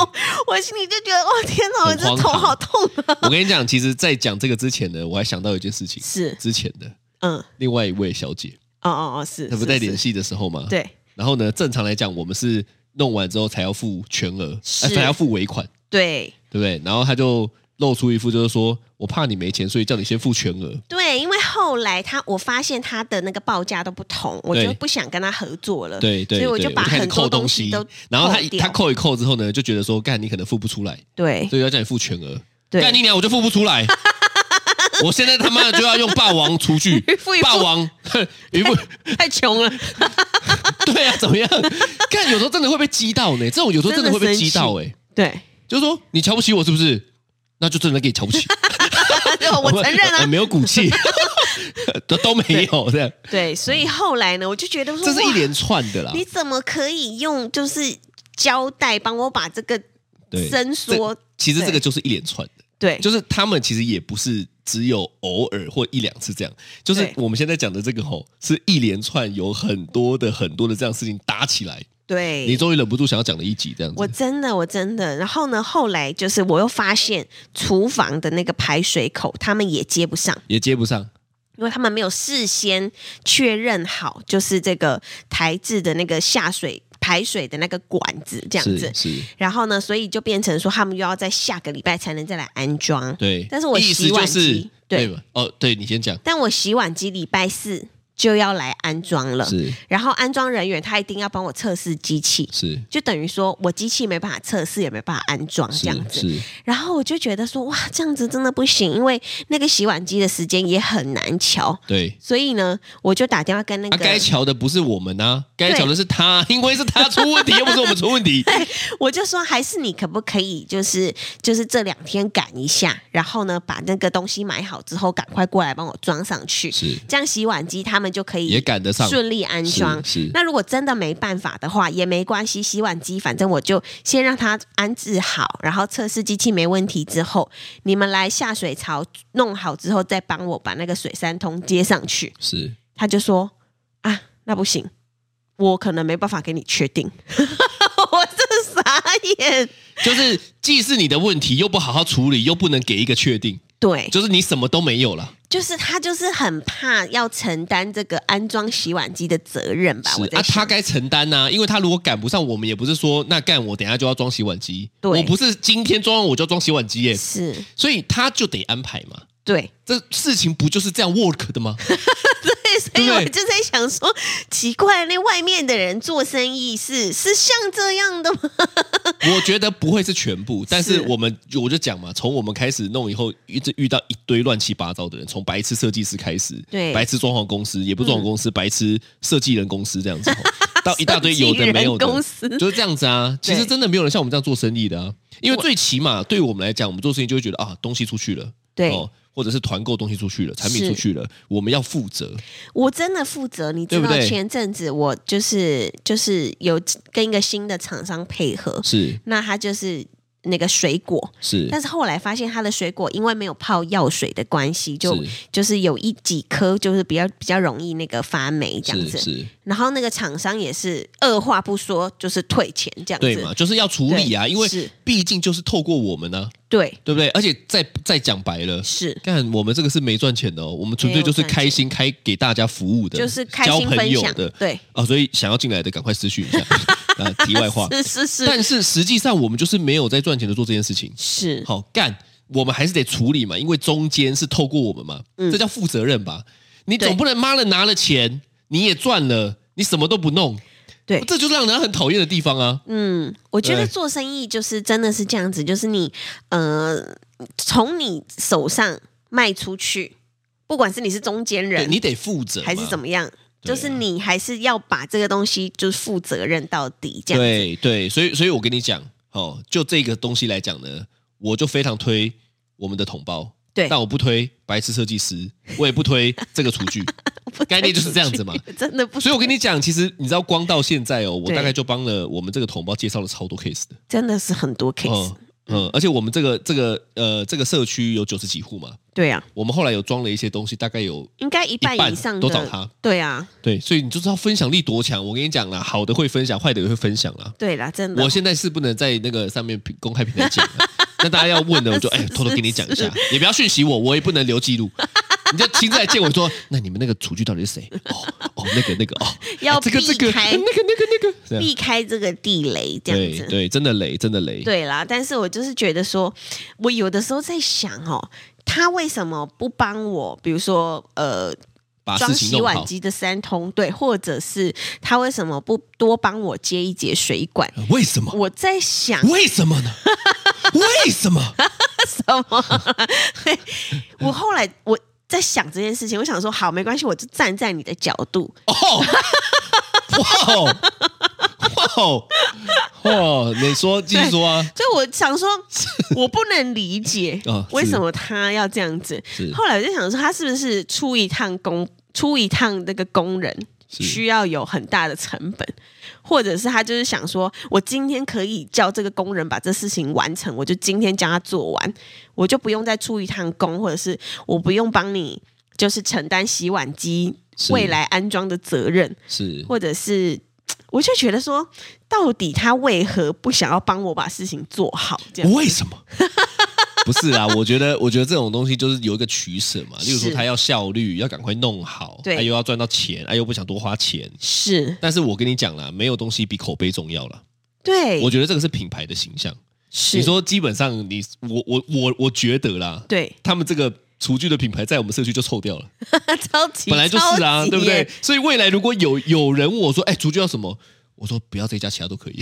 [SPEAKER 2] 我心里就觉得哇天哪，我
[SPEAKER 3] 很
[SPEAKER 2] 这
[SPEAKER 3] 荒
[SPEAKER 2] 头
[SPEAKER 3] 唐
[SPEAKER 2] 好痛啊！
[SPEAKER 3] 我跟你讲，其实，在讲这个之前呢，我还想到一件事情，
[SPEAKER 2] 是，
[SPEAKER 3] 之前的
[SPEAKER 2] 嗯，哦
[SPEAKER 3] 另外一位小姐，
[SPEAKER 2] 哦哦，是，
[SPEAKER 3] 她不
[SPEAKER 2] 是
[SPEAKER 3] 在
[SPEAKER 2] 是
[SPEAKER 3] 联系的时候嘛，
[SPEAKER 2] 对
[SPEAKER 3] 然后呢，正常来讲，我们是弄完之后才要付全额，
[SPEAKER 2] 是
[SPEAKER 3] 呃才要付尾款，
[SPEAKER 2] 对
[SPEAKER 3] 对不对？然后他就露出一副就是说我怕你没钱，所以叫你先付全额。
[SPEAKER 2] 对，因为后来他我发现他的那个报价都不同，我就
[SPEAKER 3] 对
[SPEAKER 2] 不想跟他合作了。
[SPEAKER 3] 对
[SPEAKER 2] 呃所以
[SPEAKER 3] 对对，
[SPEAKER 2] 我
[SPEAKER 3] 我
[SPEAKER 2] 就把
[SPEAKER 3] 开始
[SPEAKER 2] 很多
[SPEAKER 3] 扣
[SPEAKER 2] 东
[SPEAKER 3] 东
[SPEAKER 2] 西
[SPEAKER 3] 西
[SPEAKER 2] 都，
[SPEAKER 3] 然后他
[SPEAKER 2] 扣掉
[SPEAKER 3] 他扣一扣之后呢，就觉得说干你可能付不出 来，
[SPEAKER 2] 对
[SPEAKER 3] 所以要叫你付全额。
[SPEAKER 2] 对
[SPEAKER 3] 干你娘，我就付不 出来。我现在他妈的就要用霸王厨具
[SPEAKER 2] 渔夫渔夫，
[SPEAKER 3] 霸王 渔夫，
[SPEAKER 2] 太穷了，
[SPEAKER 3] 对啊，怎么样？看有时候真的会被激到呢，这种有时候真的会被激到哎、
[SPEAKER 2] 对，
[SPEAKER 3] 就是说你瞧不起我是不是？那就真的给你瞧不起。
[SPEAKER 2] 我我承认
[SPEAKER 3] 呃
[SPEAKER 2] 啊。
[SPEAKER 3] 没有骨 气，都都没有这样，
[SPEAKER 2] 对，所以后来呢，我就觉得说，
[SPEAKER 3] 这是
[SPEAKER 2] 哇
[SPEAKER 3] 一啊连串的啦。
[SPEAKER 2] 你怎么可以用就是胶带帮我把这个
[SPEAKER 3] 对，
[SPEAKER 2] 伸缩？
[SPEAKER 3] 其实这个
[SPEAKER 2] 对
[SPEAKER 3] 就是一连串的，
[SPEAKER 2] 对，
[SPEAKER 3] 就是他们其实也不是只有偶尔或一两次这样，就是
[SPEAKER 2] 对
[SPEAKER 3] 我们现在讲的这个吼，是一连串有很多的很多的这样事情搭起来，
[SPEAKER 2] 对，
[SPEAKER 3] 你终于忍不住想要讲的一集这样
[SPEAKER 2] 我
[SPEAKER 3] 子。
[SPEAKER 2] 真的，我真的。然后呢，后来就是我又发现厨房的那个排水口，他们也接不上，
[SPEAKER 3] 也接不上，
[SPEAKER 2] 因为他们没有事先确认好，就是这个台制的那个下水排水的那个管子这样子
[SPEAKER 3] 是。是，
[SPEAKER 2] 然后呢，所以就变成说他们又要在下个礼拜才能再来安装。
[SPEAKER 3] 对。
[SPEAKER 2] 但是我
[SPEAKER 3] 意思
[SPEAKER 2] 洗
[SPEAKER 3] 就
[SPEAKER 2] 碗
[SPEAKER 3] 是
[SPEAKER 2] 机对
[SPEAKER 3] 吧？哦，对你先讲，
[SPEAKER 2] 但我洗碗机礼拜四就要来安装了，
[SPEAKER 3] 是
[SPEAKER 2] 然后安装人员他一定要帮我测试机器。
[SPEAKER 3] 是
[SPEAKER 2] 就等于说我机器没办法测试，也没办法安装这样
[SPEAKER 3] 是
[SPEAKER 2] 子。
[SPEAKER 3] 是，
[SPEAKER 2] 然后我就觉得说，哇，这样子真的不行，因为那个洗碗机的时间也很难瞧。
[SPEAKER 3] 对。
[SPEAKER 2] 所以呢，我就打电话跟那
[SPEAKER 3] 啊，
[SPEAKER 2] 个，
[SPEAKER 3] 该瞧的不是我们啊，该瞧的是他， 因为是他出问 题，又不是我们出问题。
[SPEAKER 2] 我就说，还是你可不可以，就是就是这两天赶一下，然后呢，把那个东西买好之后，赶快过来帮我装上去，
[SPEAKER 3] 是
[SPEAKER 2] 这样洗碗机他们就可
[SPEAKER 3] 也
[SPEAKER 2] 以
[SPEAKER 3] 赶得上，
[SPEAKER 2] 顺利安装。
[SPEAKER 3] 是是
[SPEAKER 2] 那如果真的没办法的话，也没关系，洗碗机反正我就先让它安置好，然后测试机器没问题之后，你们来下水槽弄好之后，再帮我把那个水三通接上去。
[SPEAKER 3] 是，
[SPEAKER 2] 他就说啊，那不行，我可能没办法给你确定。 我这傻眼，
[SPEAKER 3] 就是既是你的问题，又不好好处理，又不能给一个确定，
[SPEAKER 2] 对，
[SPEAKER 3] 就是你什么都没有了。
[SPEAKER 2] 就是他就是很怕要承担这个安装洗碗机的责任吧？
[SPEAKER 3] 是
[SPEAKER 2] 我在
[SPEAKER 3] 啊，他
[SPEAKER 2] 想，
[SPEAKER 3] 该承担呐、因为他如果赶不上，我们也不是说那干我等一下就要装洗碗机，
[SPEAKER 2] 对
[SPEAKER 3] 我不是今天装完我就要装洗碗机耶，
[SPEAKER 2] 是
[SPEAKER 3] 所以他就得安排嘛。
[SPEAKER 2] 对。
[SPEAKER 3] 这事情不就是这样 work 的吗？
[SPEAKER 2] 所以
[SPEAKER 3] 对
[SPEAKER 2] 我就在想说，奇怪，那外面的人做生意是是像这样的吗？
[SPEAKER 3] 我觉得不会是全部，但是
[SPEAKER 2] 是
[SPEAKER 3] 我们我就讲嘛，从我们开始弄以后，一直遇到一堆乱七八糟的人，从白痴设计师开始，
[SPEAKER 2] 对嗯
[SPEAKER 3] 白痴装潢公司也不是装潢公司，白痴设计人公司这样子吼，到 一大堆有的没有
[SPEAKER 2] 设计
[SPEAKER 3] 的
[SPEAKER 2] 人公司
[SPEAKER 3] 就是这样子啊。其
[SPEAKER 2] 对
[SPEAKER 3] 实真的没有人像我们这样做生意的啊，因为最起码对我们来讲，我们做生意就会觉得啊，东西出去了，哦
[SPEAKER 2] 对
[SPEAKER 3] 或者是团购东西出去了，产品
[SPEAKER 2] 是
[SPEAKER 3] 出去了，我们要负责，
[SPEAKER 2] 我真的负责，你知
[SPEAKER 3] 对
[SPEAKER 2] 道
[SPEAKER 3] 不对
[SPEAKER 2] 前阵子我就是就是有跟一个新的厂商配合，
[SPEAKER 3] 是
[SPEAKER 2] 那他就是那个水果，
[SPEAKER 3] 是
[SPEAKER 2] 但是后来发现他的水果因为没有泡药水的关系，就是就是有一几颗就是比较比较容易那个发霉这样
[SPEAKER 3] 是
[SPEAKER 2] 子。
[SPEAKER 3] 是，
[SPEAKER 2] 然后那个厂商也是二话不说就是退钱这样
[SPEAKER 3] 对
[SPEAKER 2] 子
[SPEAKER 3] 嘛，，就是要处理啊，
[SPEAKER 2] 对
[SPEAKER 3] 因为
[SPEAKER 2] 是
[SPEAKER 3] 毕竟就是透过我们呢、啊。
[SPEAKER 2] 对
[SPEAKER 3] 对不对？而且再再讲白了，
[SPEAKER 2] 是。
[SPEAKER 3] 干我们这个是没赚钱的哦，我们纯粹就是开心开给大家服务的，
[SPEAKER 2] 就是开
[SPEAKER 3] 交
[SPEAKER 2] 心
[SPEAKER 3] 朋
[SPEAKER 2] 分
[SPEAKER 3] 友
[SPEAKER 2] 享
[SPEAKER 3] 的，
[SPEAKER 2] 对，
[SPEAKER 3] 哦。所以想要进来的赶快私 讯一下。啊，题外话，
[SPEAKER 2] 是是是
[SPEAKER 3] 但是实际上我们就是没有在赚钱的做这件事情。
[SPEAKER 2] 是，
[SPEAKER 3] 好干，我们还是得处理嘛，因为中间是透过我们嘛，这叫负责任吧？你
[SPEAKER 2] 嗯对
[SPEAKER 3] 总不能妈的拿了钱，你也赚了，你什么都不弄，
[SPEAKER 2] 对
[SPEAKER 3] 这就让人很讨厌的地方啊。
[SPEAKER 2] 嗯，我觉得
[SPEAKER 3] 对
[SPEAKER 2] 做生意就是真的是这样子，就是你呃，从你手上卖出去，不管是你是中间
[SPEAKER 3] 对
[SPEAKER 2] 人，
[SPEAKER 3] 你得负责嘛，
[SPEAKER 2] 还是怎么样，
[SPEAKER 3] 对
[SPEAKER 2] 就
[SPEAKER 3] 啊
[SPEAKER 2] 是你还是要把这个东西就是负责任到底，这样
[SPEAKER 3] 对对，所以所以我跟你讲，哦，就这个东西来讲呢，我就非常推我们的桶包，
[SPEAKER 2] 对
[SPEAKER 3] 但我不推白痴设计师，我也不推这个厨 具，
[SPEAKER 2] 不
[SPEAKER 3] 概念就是这样子嘛。
[SPEAKER 2] 真的不，
[SPEAKER 3] 所以我跟你讲，其实你知道，光到现在哦，我
[SPEAKER 2] 对
[SPEAKER 3] 大概就帮了我们这个桶包介绍了超多 case 的，
[SPEAKER 2] 真的是很多 case，、
[SPEAKER 3] 嗯嗯，而且我们这个这个呃这个社区有九十几户嘛，
[SPEAKER 2] 对啊，
[SPEAKER 3] 我们后来有装了一些东西，大概有
[SPEAKER 2] 应该一半
[SPEAKER 3] 一半
[SPEAKER 2] 以上的
[SPEAKER 3] 都找他，
[SPEAKER 2] 对啊，
[SPEAKER 3] 对，所以你就知道分享力多强。我跟你讲啦，好的会分享，坏的也会分享啦。
[SPEAKER 2] 对啦，真的，
[SPEAKER 3] 我现在是不能在那个上面平公开平台讲了，那大家要问的， 我就哎、偷偷给你讲一下，也不要讯息我，我也不能留记录。你就亲自来见我说，那你们那个厨具到底是谁？哦哦，那个那个哦，
[SPEAKER 2] 要
[SPEAKER 3] 这个这个
[SPEAKER 2] 避开
[SPEAKER 3] 哎那个那个那个，
[SPEAKER 2] 避开这个地雷这样
[SPEAKER 3] 对
[SPEAKER 2] 子，
[SPEAKER 3] 对，真的雷，真的雷，
[SPEAKER 2] 对啦，但是我就是觉得说，我有的时候在想哦，他为什么不帮我？比如说，呃，
[SPEAKER 3] 把
[SPEAKER 2] 装
[SPEAKER 3] 事情
[SPEAKER 2] 洗
[SPEAKER 3] 弄
[SPEAKER 2] 碗
[SPEAKER 3] 好。
[SPEAKER 2] 机的三通，对，或者是他为什么不多帮我接一节水管？
[SPEAKER 3] 为什么？
[SPEAKER 2] 我在想
[SPEAKER 3] 为什么呢？为什么？
[SPEAKER 2] 什么？ 我后来我在想这件事情，我想说，好，没关系，我就站在你的角度，
[SPEAKER 3] 哦哦，哇哦，哦，哦，你说继续说啊，
[SPEAKER 2] 所以我想说，我不能理 解
[SPEAKER 3] 啊
[SPEAKER 2] 为
[SPEAKER 3] 是
[SPEAKER 2] 什么他要这样子
[SPEAKER 3] 是。
[SPEAKER 2] 后来我就想说，他是不是出一趟工出一趟那个工人
[SPEAKER 3] 是
[SPEAKER 2] 需要有很大的成本，或者是他就是想说，我今天可以叫这个工人把这事情完成，我就今天将它做完，我就不用再出一趟工，或者是我不用帮你就是承担洗碗机
[SPEAKER 3] 是
[SPEAKER 2] 未来安装的责任。
[SPEAKER 3] 是
[SPEAKER 2] 或者是我就觉得说，到底他为何不想要帮我把事情做好？这样
[SPEAKER 3] 为什 么？不是啦，我觉得，我觉得这种东西就是有一个取舍嘛。例如说，
[SPEAKER 2] 是
[SPEAKER 3] 他要效率，要赶快弄好，
[SPEAKER 2] 对
[SPEAKER 3] 他又要赚到钱，哎他又不想多花钱。
[SPEAKER 2] 是
[SPEAKER 3] 但是我跟你讲啦，没有东西比口碑重要啦。
[SPEAKER 2] 对，
[SPEAKER 3] 我觉得这个是品牌的形象。
[SPEAKER 2] 是
[SPEAKER 3] 你说，基本上你，我，我，我，我觉得啦，
[SPEAKER 2] 对，
[SPEAKER 3] 他们这个厨具的品牌在我们社区就臭掉了，
[SPEAKER 2] 超级
[SPEAKER 3] 本来就是啊，
[SPEAKER 2] 超级
[SPEAKER 3] 对不对
[SPEAKER 2] 耶？
[SPEAKER 3] 所以未来如果有有人问我说，哎，厨具要什么？我说不要这家，其他都可以。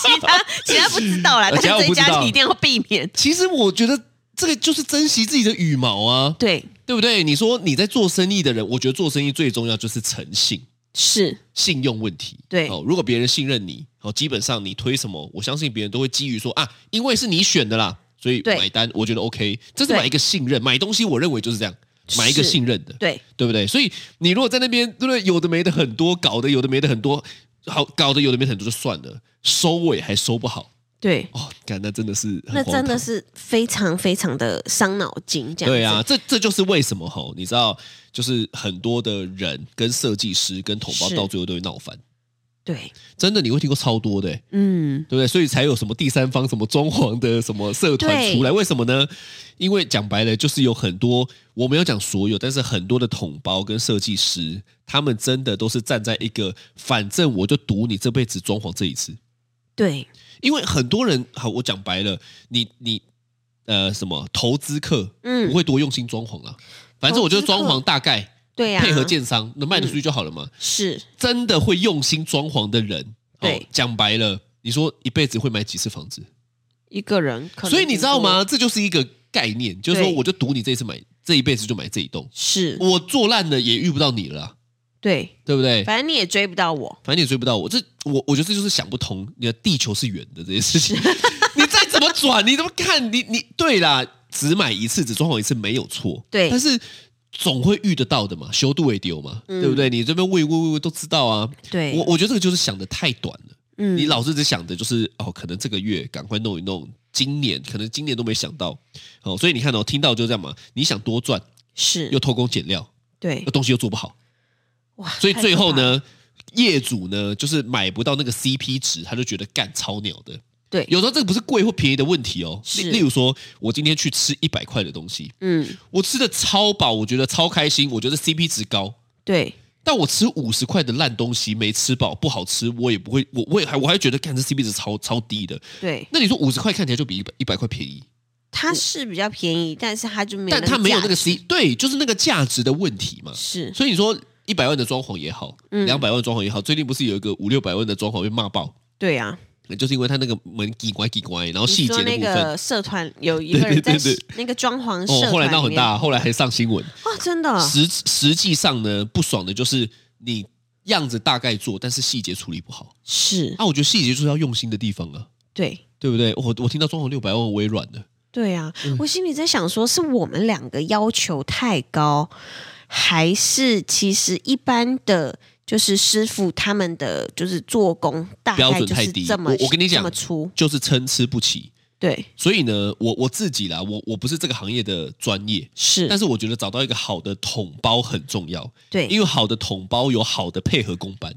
[SPEAKER 2] 其他其他不知 道啦，
[SPEAKER 3] 呃
[SPEAKER 2] 但
[SPEAKER 3] 其他我
[SPEAKER 2] 是这
[SPEAKER 3] 不知道
[SPEAKER 2] 家你一定要避免。
[SPEAKER 3] 其实我觉得这个就是珍惜自己的羽毛啊。
[SPEAKER 2] 对，
[SPEAKER 3] 对不对？你说你在做生意的人，我觉得做生意最重要就是诚信、
[SPEAKER 2] 是
[SPEAKER 3] 信用问题。
[SPEAKER 2] 对
[SPEAKER 3] 哦，如果别人信任你，哦，基本上你推什么，我相信别人都会基于说啊，因为是你选的啦，所以
[SPEAKER 2] 对
[SPEAKER 3] 买单，我觉得 OK，这是
[SPEAKER 2] 对
[SPEAKER 3] 买一个信任，买东西我认为就是这样，买一个
[SPEAKER 2] 是
[SPEAKER 3] 信任的，
[SPEAKER 2] 对，
[SPEAKER 3] 对不对？所以你如果在那边，对不对？有的没的很多，搞的有的没的很多，好搞的有的没的很多就算了，收尾还收不好，
[SPEAKER 2] 对，
[SPEAKER 3] 哦，干那真的是很
[SPEAKER 2] 那
[SPEAKER 3] 荒
[SPEAKER 2] 真的
[SPEAKER 3] 唐
[SPEAKER 2] 是非常非常的伤脑筋，这样子
[SPEAKER 3] 对啊，，这这就是为什么吼，你知道，就是很多的人跟设计师跟同胞
[SPEAKER 2] 是
[SPEAKER 3] 到最后都会闹翻，啊
[SPEAKER 2] 对，
[SPEAKER 3] 真的你会听过超多的、欸
[SPEAKER 2] 嗯，
[SPEAKER 3] 对不对？所以才有什么第三方、什么装潢的、什么社团
[SPEAKER 2] 对
[SPEAKER 3] 出来，为什么呢？因为讲白了，就是有很多我没有讲所有，但是很多的统包跟设计师，他们真的都是站在一个反正我就赌你这辈子装潢这一次，
[SPEAKER 2] 对，
[SPEAKER 3] 因为很多人好，我讲白了，你你呃什么投资客，
[SPEAKER 2] 嗯
[SPEAKER 3] 不会多用心装潢啦，反正我就装潢大概
[SPEAKER 2] 对啊，嗯
[SPEAKER 3] 配合建商能卖得出去就好了嘛。
[SPEAKER 2] 是
[SPEAKER 3] 真的会用心装潢的人，哦
[SPEAKER 2] 对
[SPEAKER 3] 讲白了，你说一辈子会买几次房子？
[SPEAKER 2] 一个人，可能
[SPEAKER 3] 所以你知道
[SPEAKER 2] 顶多？
[SPEAKER 3] 吗？这就是一个概念，就是说
[SPEAKER 2] 对
[SPEAKER 3] 我就赌你这一次买，这一辈子就买这一栋，
[SPEAKER 2] 是，
[SPEAKER 3] 我做烂了也遇不到你了啦，
[SPEAKER 2] 对，
[SPEAKER 3] 对不对？
[SPEAKER 2] 反正你也追不到我，
[SPEAKER 3] 反正你也追不到我，这我我觉得这就是想不通，你的地球是圆的这件事情， 你再怎么转，你怎么看，你你对啦，只买一次，只装潢一次没有错，
[SPEAKER 2] 对
[SPEAKER 3] 但是总会遇得到的嘛，修度也丢嘛，
[SPEAKER 2] 嗯
[SPEAKER 3] 对不对？你这边喂喂喂喂都知道啊，
[SPEAKER 2] 对，
[SPEAKER 3] 我我觉得这个就是想的太短了，
[SPEAKER 2] 嗯
[SPEAKER 3] 你老是只想着就是哦，可能这个月赶快弄一弄，今年可能今年都没想到哦，所以你看哦，听到就这样嘛，你想多赚
[SPEAKER 2] 是
[SPEAKER 3] 又偷工减料，
[SPEAKER 2] 对
[SPEAKER 3] 那，东西又做不好，
[SPEAKER 2] 哇，
[SPEAKER 3] 所以
[SPEAKER 2] 太
[SPEAKER 3] 最
[SPEAKER 2] 可
[SPEAKER 3] 后
[SPEAKER 2] 怕了，
[SPEAKER 3] 呢，业主呢就是买不到那个 CP 值，他就觉得干超鸟的。
[SPEAKER 2] 对，
[SPEAKER 3] 有时候这个不是贵或便宜的问题哦，例
[SPEAKER 2] 是
[SPEAKER 3] 例如说我今天去吃一百块的东西，
[SPEAKER 2] 嗯，
[SPEAKER 3] 我吃的超饱，我觉得超开心，我觉得 CP 值高。
[SPEAKER 2] 对，
[SPEAKER 3] 但我吃五十块的烂东西没吃饱，不好吃，我也不会，我我也还我还觉得干这 CP 值超超低的。
[SPEAKER 2] 对，
[SPEAKER 3] 那你说五十块看起来就比一百一百块便宜，
[SPEAKER 2] 它是比较便宜，但是它就没有，
[SPEAKER 3] 嗯但它没有那个 C，
[SPEAKER 2] C，
[SPEAKER 3] 对，就是那个价值的问题嘛。
[SPEAKER 2] 是
[SPEAKER 3] 所以你说一百万的装潢也好，
[SPEAKER 2] 嗯
[SPEAKER 3] 两百万的装潢也好，最近不是有一个五六百万的装潢被骂爆，
[SPEAKER 2] 对啊。
[SPEAKER 3] 就是因为它那个门叽乖叽乖，然后哦细
[SPEAKER 2] 你
[SPEAKER 3] 节
[SPEAKER 2] 说
[SPEAKER 3] 的
[SPEAKER 2] 那
[SPEAKER 3] 部分。
[SPEAKER 2] 个社团有一个
[SPEAKER 3] 对
[SPEAKER 2] 人
[SPEAKER 3] 对
[SPEAKER 2] 在
[SPEAKER 3] 对
[SPEAKER 2] 那个装潢社
[SPEAKER 3] 哦，
[SPEAKER 2] 团
[SPEAKER 3] 后来
[SPEAKER 2] 里
[SPEAKER 3] 闹很
[SPEAKER 2] 面嗯
[SPEAKER 3] 大，后来还上新闻。
[SPEAKER 2] 哇，真的
[SPEAKER 3] 实实际上呢，不爽的就是你样子大概做，但是细节处理不好。
[SPEAKER 2] 是
[SPEAKER 3] 啊，我觉得细节就是要用心的地方啊，
[SPEAKER 2] 对
[SPEAKER 3] 对不对？我我听到装潢六百万，我也软了。
[SPEAKER 2] 对啊，
[SPEAKER 3] 嗯
[SPEAKER 2] 我心里在想说，是我们两个要求太高，还是其实一般的就是师傅他们的就是做工大
[SPEAKER 3] 标
[SPEAKER 2] 概
[SPEAKER 3] 准
[SPEAKER 2] 就
[SPEAKER 3] 太
[SPEAKER 2] 是
[SPEAKER 3] 低
[SPEAKER 2] 这么
[SPEAKER 3] 我我跟你讲
[SPEAKER 2] 这么粗，
[SPEAKER 3] 就是参差不齐。
[SPEAKER 2] 对，
[SPEAKER 3] 所以呢，我我自己啦，我我不是这个行业的专业，
[SPEAKER 2] 是，
[SPEAKER 3] 但是我觉得找到一个好的统包很重要，因
[SPEAKER 2] 对，
[SPEAKER 3] 为好的统包有好的配合工班，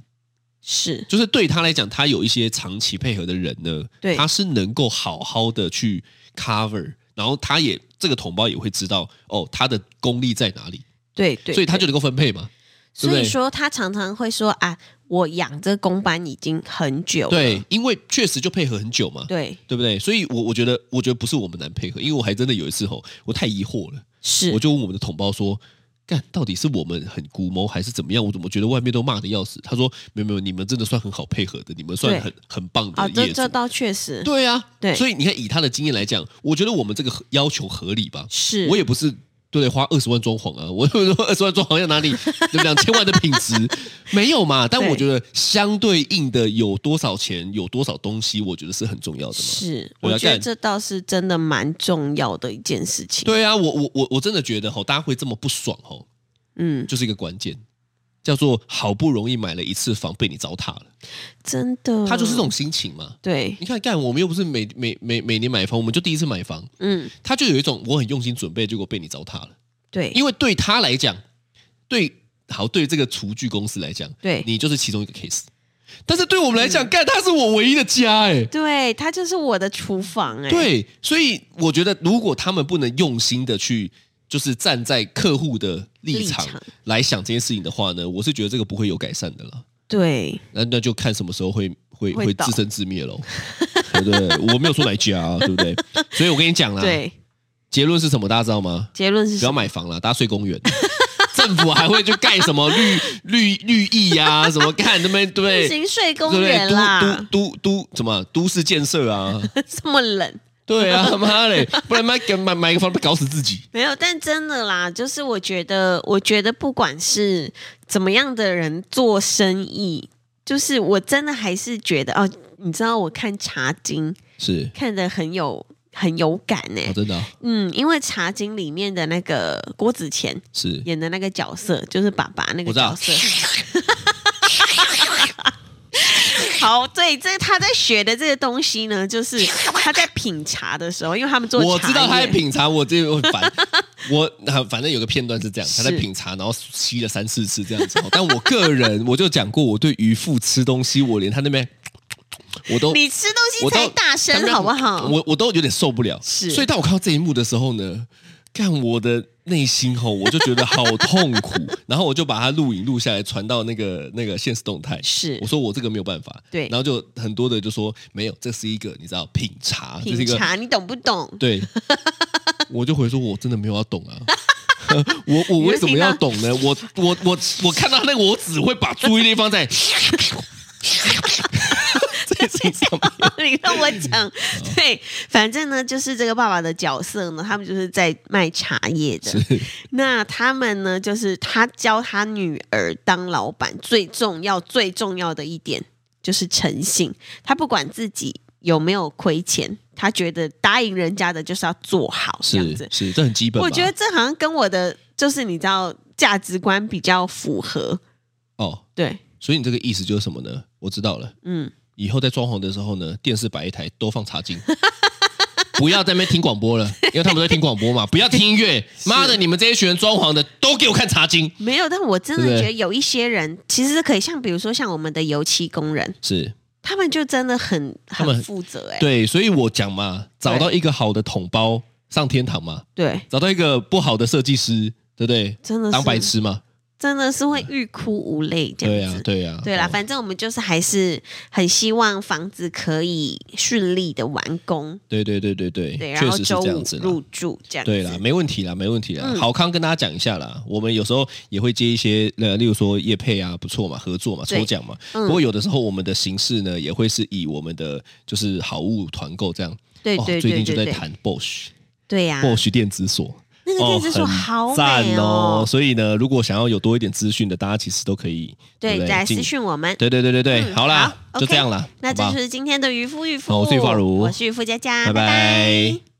[SPEAKER 2] 是
[SPEAKER 3] 就是对他来讲，他有一些长期配合的人呢，
[SPEAKER 2] 对
[SPEAKER 3] 他是能够好好的去 cover，然后他也这个统包也会知道哦，他的功力在哪里，
[SPEAKER 2] 对对，
[SPEAKER 3] 所以他
[SPEAKER 2] 对
[SPEAKER 3] 就能够分配嘛。对不
[SPEAKER 2] 所
[SPEAKER 3] 对
[SPEAKER 2] 以说，他常常会说啊，我养这公班已经很久了。
[SPEAKER 3] 对，因为确实就配合很久嘛，
[SPEAKER 2] 对
[SPEAKER 3] 对不对？所以我我觉得，我觉得不是我们难配合，因为我还真的有一次吼，我太疑惑了。
[SPEAKER 2] 是
[SPEAKER 3] 我，就问我们的同胞说：“干，到底是我们很古谋还是怎么样？我怎么觉得外面都骂的要死？”他说：“没有没有，你们真的算很好配合的，你们算
[SPEAKER 2] 对
[SPEAKER 3] 很很棒
[SPEAKER 2] 啊，
[SPEAKER 3] 的
[SPEAKER 2] 这
[SPEAKER 3] 业主。
[SPEAKER 2] 这倒确实
[SPEAKER 3] 对啊，
[SPEAKER 2] 对
[SPEAKER 3] 所以你看，以他的经验来讲，我觉得我们这个合要求合理吧。
[SPEAKER 2] 是。
[SPEAKER 3] 我也不是对不对？花二十万装潢啊，我就说二十万装潢要哪里？两千万的品质没有嘛？但
[SPEAKER 2] 对
[SPEAKER 3] 我觉得相对应的有多少钱，有多少东西，我觉得是很重要的嘛。
[SPEAKER 2] 是，
[SPEAKER 3] 我要
[SPEAKER 2] 我觉得
[SPEAKER 3] 干
[SPEAKER 2] 这倒是真的蛮重要的一件事情。，
[SPEAKER 3] 对啊，我我我我真的觉得吼，大家会这么不爽吼，
[SPEAKER 2] 嗯，
[SPEAKER 3] 就是一个关键，叫做好不容易买了一次房被你糟蹋了，
[SPEAKER 2] 真的，
[SPEAKER 3] 他就是这种心情嘛。
[SPEAKER 2] 对，
[SPEAKER 3] 你看，干我们又不是每每每每年买房，我们就第一次买房，
[SPEAKER 2] 嗯，
[SPEAKER 3] 他就有一种我很用心准备，结果被你糟蹋了。
[SPEAKER 2] 对，
[SPEAKER 3] 因为对他来讲，对好对这个厨具公司来讲，
[SPEAKER 2] 对嗯
[SPEAKER 3] 你就是其中一个 case。但是对我们来讲，干他是我唯一的家哎、
[SPEAKER 2] 对，它就是我的厨房、哎，，
[SPEAKER 3] 对，所以我觉得如果他们不能用心的去，就是站在客户的立场
[SPEAKER 2] 立场
[SPEAKER 3] 来想这件事情的话呢，我是觉得这个不会有改善的啦。
[SPEAKER 2] 对，
[SPEAKER 3] 那那就看什么时候会会
[SPEAKER 2] 会
[SPEAKER 3] 会
[SPEAKER 2] 倒
[SPEAKER 3] 自生自 灭喽，对不对？我没有说哪一家啊，对不对？所以我跟你讲啦，
[SPEAKER 2] 对，
[SPEAKER 3] 结论是什么？大家知道吗？
[SPEAKER 2] 结论是
[SPEAKER 3] 不要
[SPEAKER 2] 什么？
[SPEAKER 3] 买房了，大家睡公园。 政府还会去盖什么绿 绿绿意呀、什么干那边 对对
[SPEAKER 2] 行税
[SPEAKER 3] 不
[SPEAKER 2] 公
[SPEAKER 3] 对？
[SPEAKER 2] 园啦，
[SPEAKER 3] 都都都都什么都市建设啊？
[SPEAKER 2] 这么冷。
[SPEAKER 3] 对啊， 妈嘞，不然买买买个房被搞死自己。
[SPEAKER 2] 没有，但真的啦，就是我觉得，我觉得不管是怎么样的人做生意，就是我真的还是觉得哦，你知道我看《茶经》
[SPEAKER 3] 是
[SPEAKER 2] 看得很有很有感呢、
[SPEAKER 3] 哦，真的啊、
[SPEAKER 2] 嗯，因为《茶经》里面的那个郭子乾
[SPEAKER 3] 是
[SPEAKER 2] 演的那个角色，就是爸爸那个
[SPEAKER 3] 我知道
[SPEAKER 2] 角色。 好，对，这他在学的这个东西呢，就是他在品茶的时候，因为他们做茶叶，
[SPEAKER 3] 我知道他在品茶，我这我很 烦。我啊反正有个片段是这样，他在
[SPEAKER 2] 是
[SPEAKER 3] 品茶，然后吸了三四次这样子哦。但我个人我就讲过，我对渔夫吃东西，我连他那边我都
[SPEAKER 2] 你吃东西
[SPEAKER 3] 哦我
[SPEAKER 2] 才
[SPEAKER 3] 都
[SPEAKER 2] 大声好不好？
[SPEAKER 3] 我我都有点受不了，
[SPEAKER 2] 是
[SPEAKER 3] 所以当我看到这一幕的时候呢，看我的内心吼，我就觉得好痛 苦，然后我就把它录影录下来，传到那个那个现实动态。
[SPEAKER 2] 是
[SPEAKER 3] 我说我这个没有办法，
[SPEAKER 2] 对
[SPEAKER 3] 然后就很多的就说没有，这是一个你知道品茶，这是
[SPEAKER 2] 品
[SPEAKER 3] 一个
[SPEAKER 2] 茶，你懂不 懂？
[SPEAKER 3] 对，我就回说我真的没有要懂啊。我我为什么要懂呢？我我我我看到那个，我只会把注意力 放在这件事情上面。
[SPEAKER 2] 你让我讲，
[SPEAKER 3] 嗯
[SPEAKER 2] 对，反正呢，就是这个爸爸的角色呢，他们就是在卖茶叶的。那他们呢，就是他教他女儿当老板，最重要、最重要的一点就是诚信。他不管自己有没有亏钱，他觉得答应人家的就是要做好这样子
[SPEAKER 3] 是。是，这很基本吧。
[SPEAKER 2] 我觉得这好像跟我的就是你知道价值观比较符合，
[SPEAKER 3] 哦，
[SPEAKER 2] 对，
[SPEAKER 3] 所以你这个意思就是什么呢？我知道了，
[SPEAKER 2] 嗯，
[SPEAKER 3] 以后在装潢的时候呢，电视摆一台，都放茶经。 不要在那边听广播了，因为他们都在听广播嘛。不要听 音乐，妈的！你们这些学员装潢的都给我看茶经。
[SPEAKER 2] 没有。但我真的
[SPEAKER 3] 对不对
[SPEAKER 2] 觉得有一些人其实是可以，像比如说像我们的油漆工人。
[SPEAKER 3] 是
[SPEAKER 2] 他们就真的很
[SPEAKER 3] 他们
[SPEAKER 2] 很负责哎、
[SPEAKER 3] 对，所以我讲嘛，找到一个好的桶包上天堂嘛，
[SPEAKER 2] 对，
[SPEAKER 3] 找到一个不好的设计师，对不对？
[SPEAKER 2] 真的是
[SPEAKER 3] 当白痴嘛，
[SPEAKER 2] 真的是会欲哭无泪这
[SPEAKER 3] 对
[SPEAKER 2] 样
[SPEAKER 3] 呀
[SPEAKER 2] 子。，
[SPEAKER 3] 对呀，
[SPEAKER 2] 对啦，
[SPEAKER 3] 哦
[SPEAKER 2] 反正我们就是还是很希望房子可以顺利的完工，
[SPEAKER 3] 对对对对对，
[SPEAKER 2] 对，然
[SPEAKER 3] 确
[SPEAKER 2] 后
[SPEAKER 3] 实是
[SPEAKER 2] 周
[SPEAKER 3] 这样
[SPEAKER 2] 五
[SPEAKER 3] 子啦。
[SPEAKER 2] 入住这样子。
[SPEAKER 3] 对啦，没问题啦，没问题啦。
[SPEAKER 2] 嗯
[SPEAKER 3] 好康跟大家讲一下啦，我们有时候也会接一些呃，例如说业配啊，不错嘛，合作嘛，
[SPEAKER 2] 对
[SPEAKER 3] 抽奖嘛。
[SPEAKER 2] 嗯
[SPEAKER 3] 不过有的时候我们的形式呢，也会是以我们的就是好物团购这样。
[SPEAKER 2] 对
[SPEAKER 3] 哦
[SPEAKER 2] 对
[SPEAKER 3] 最
[SPEAKER 2] 对
[SPEAKER 3] 近就
[SPEAKER 2] 对
[SPEAKER 3] 在
[SPEAKER 2] 对，
[SPEAKER 3] 谈 Bosch，Bosch
[SPEAKER 2] 对呀，
[SPEAKER 3] 电子锁。哦
[SPEAKER 2] 那个电子锁好
[SPEAKER 3] 很赞
[SPEAKER 2] 美
[SPEAKER 3] 哦！所以呢，如果想要有多一点资讯的，大家其实都可以
[SPEAKER 2] 对，
[SPEAKER 3] 不
[SPEAKER 2] 来
[SPEAKER 3] 进
[SPEAKER 2] 私讯我们。
[SPEAKER 3] 对对对对对，
[SPEAKER 2] 嗯
[SPEAKER 3] 好啦，
[SPEAKER 2] 好
[SPEAKER 3] 就
[SPEAKER 2] OK
[SPEAKER 3] 这样啦，
[SPEAKER 2] 那
[SPEAKER 3] 好不
[SPEAKER 2] 这
[SPEAKER 3] 哦好
[SPEAKER 2] 就是今天的渔夫渔夫，
[SPEAKER 3] 好我是渔夫阿如
[SPEAKER 2] 我是渔夫佳佳，
[SPEAKER 3] 拜拜
[SPEAKER 2] 拜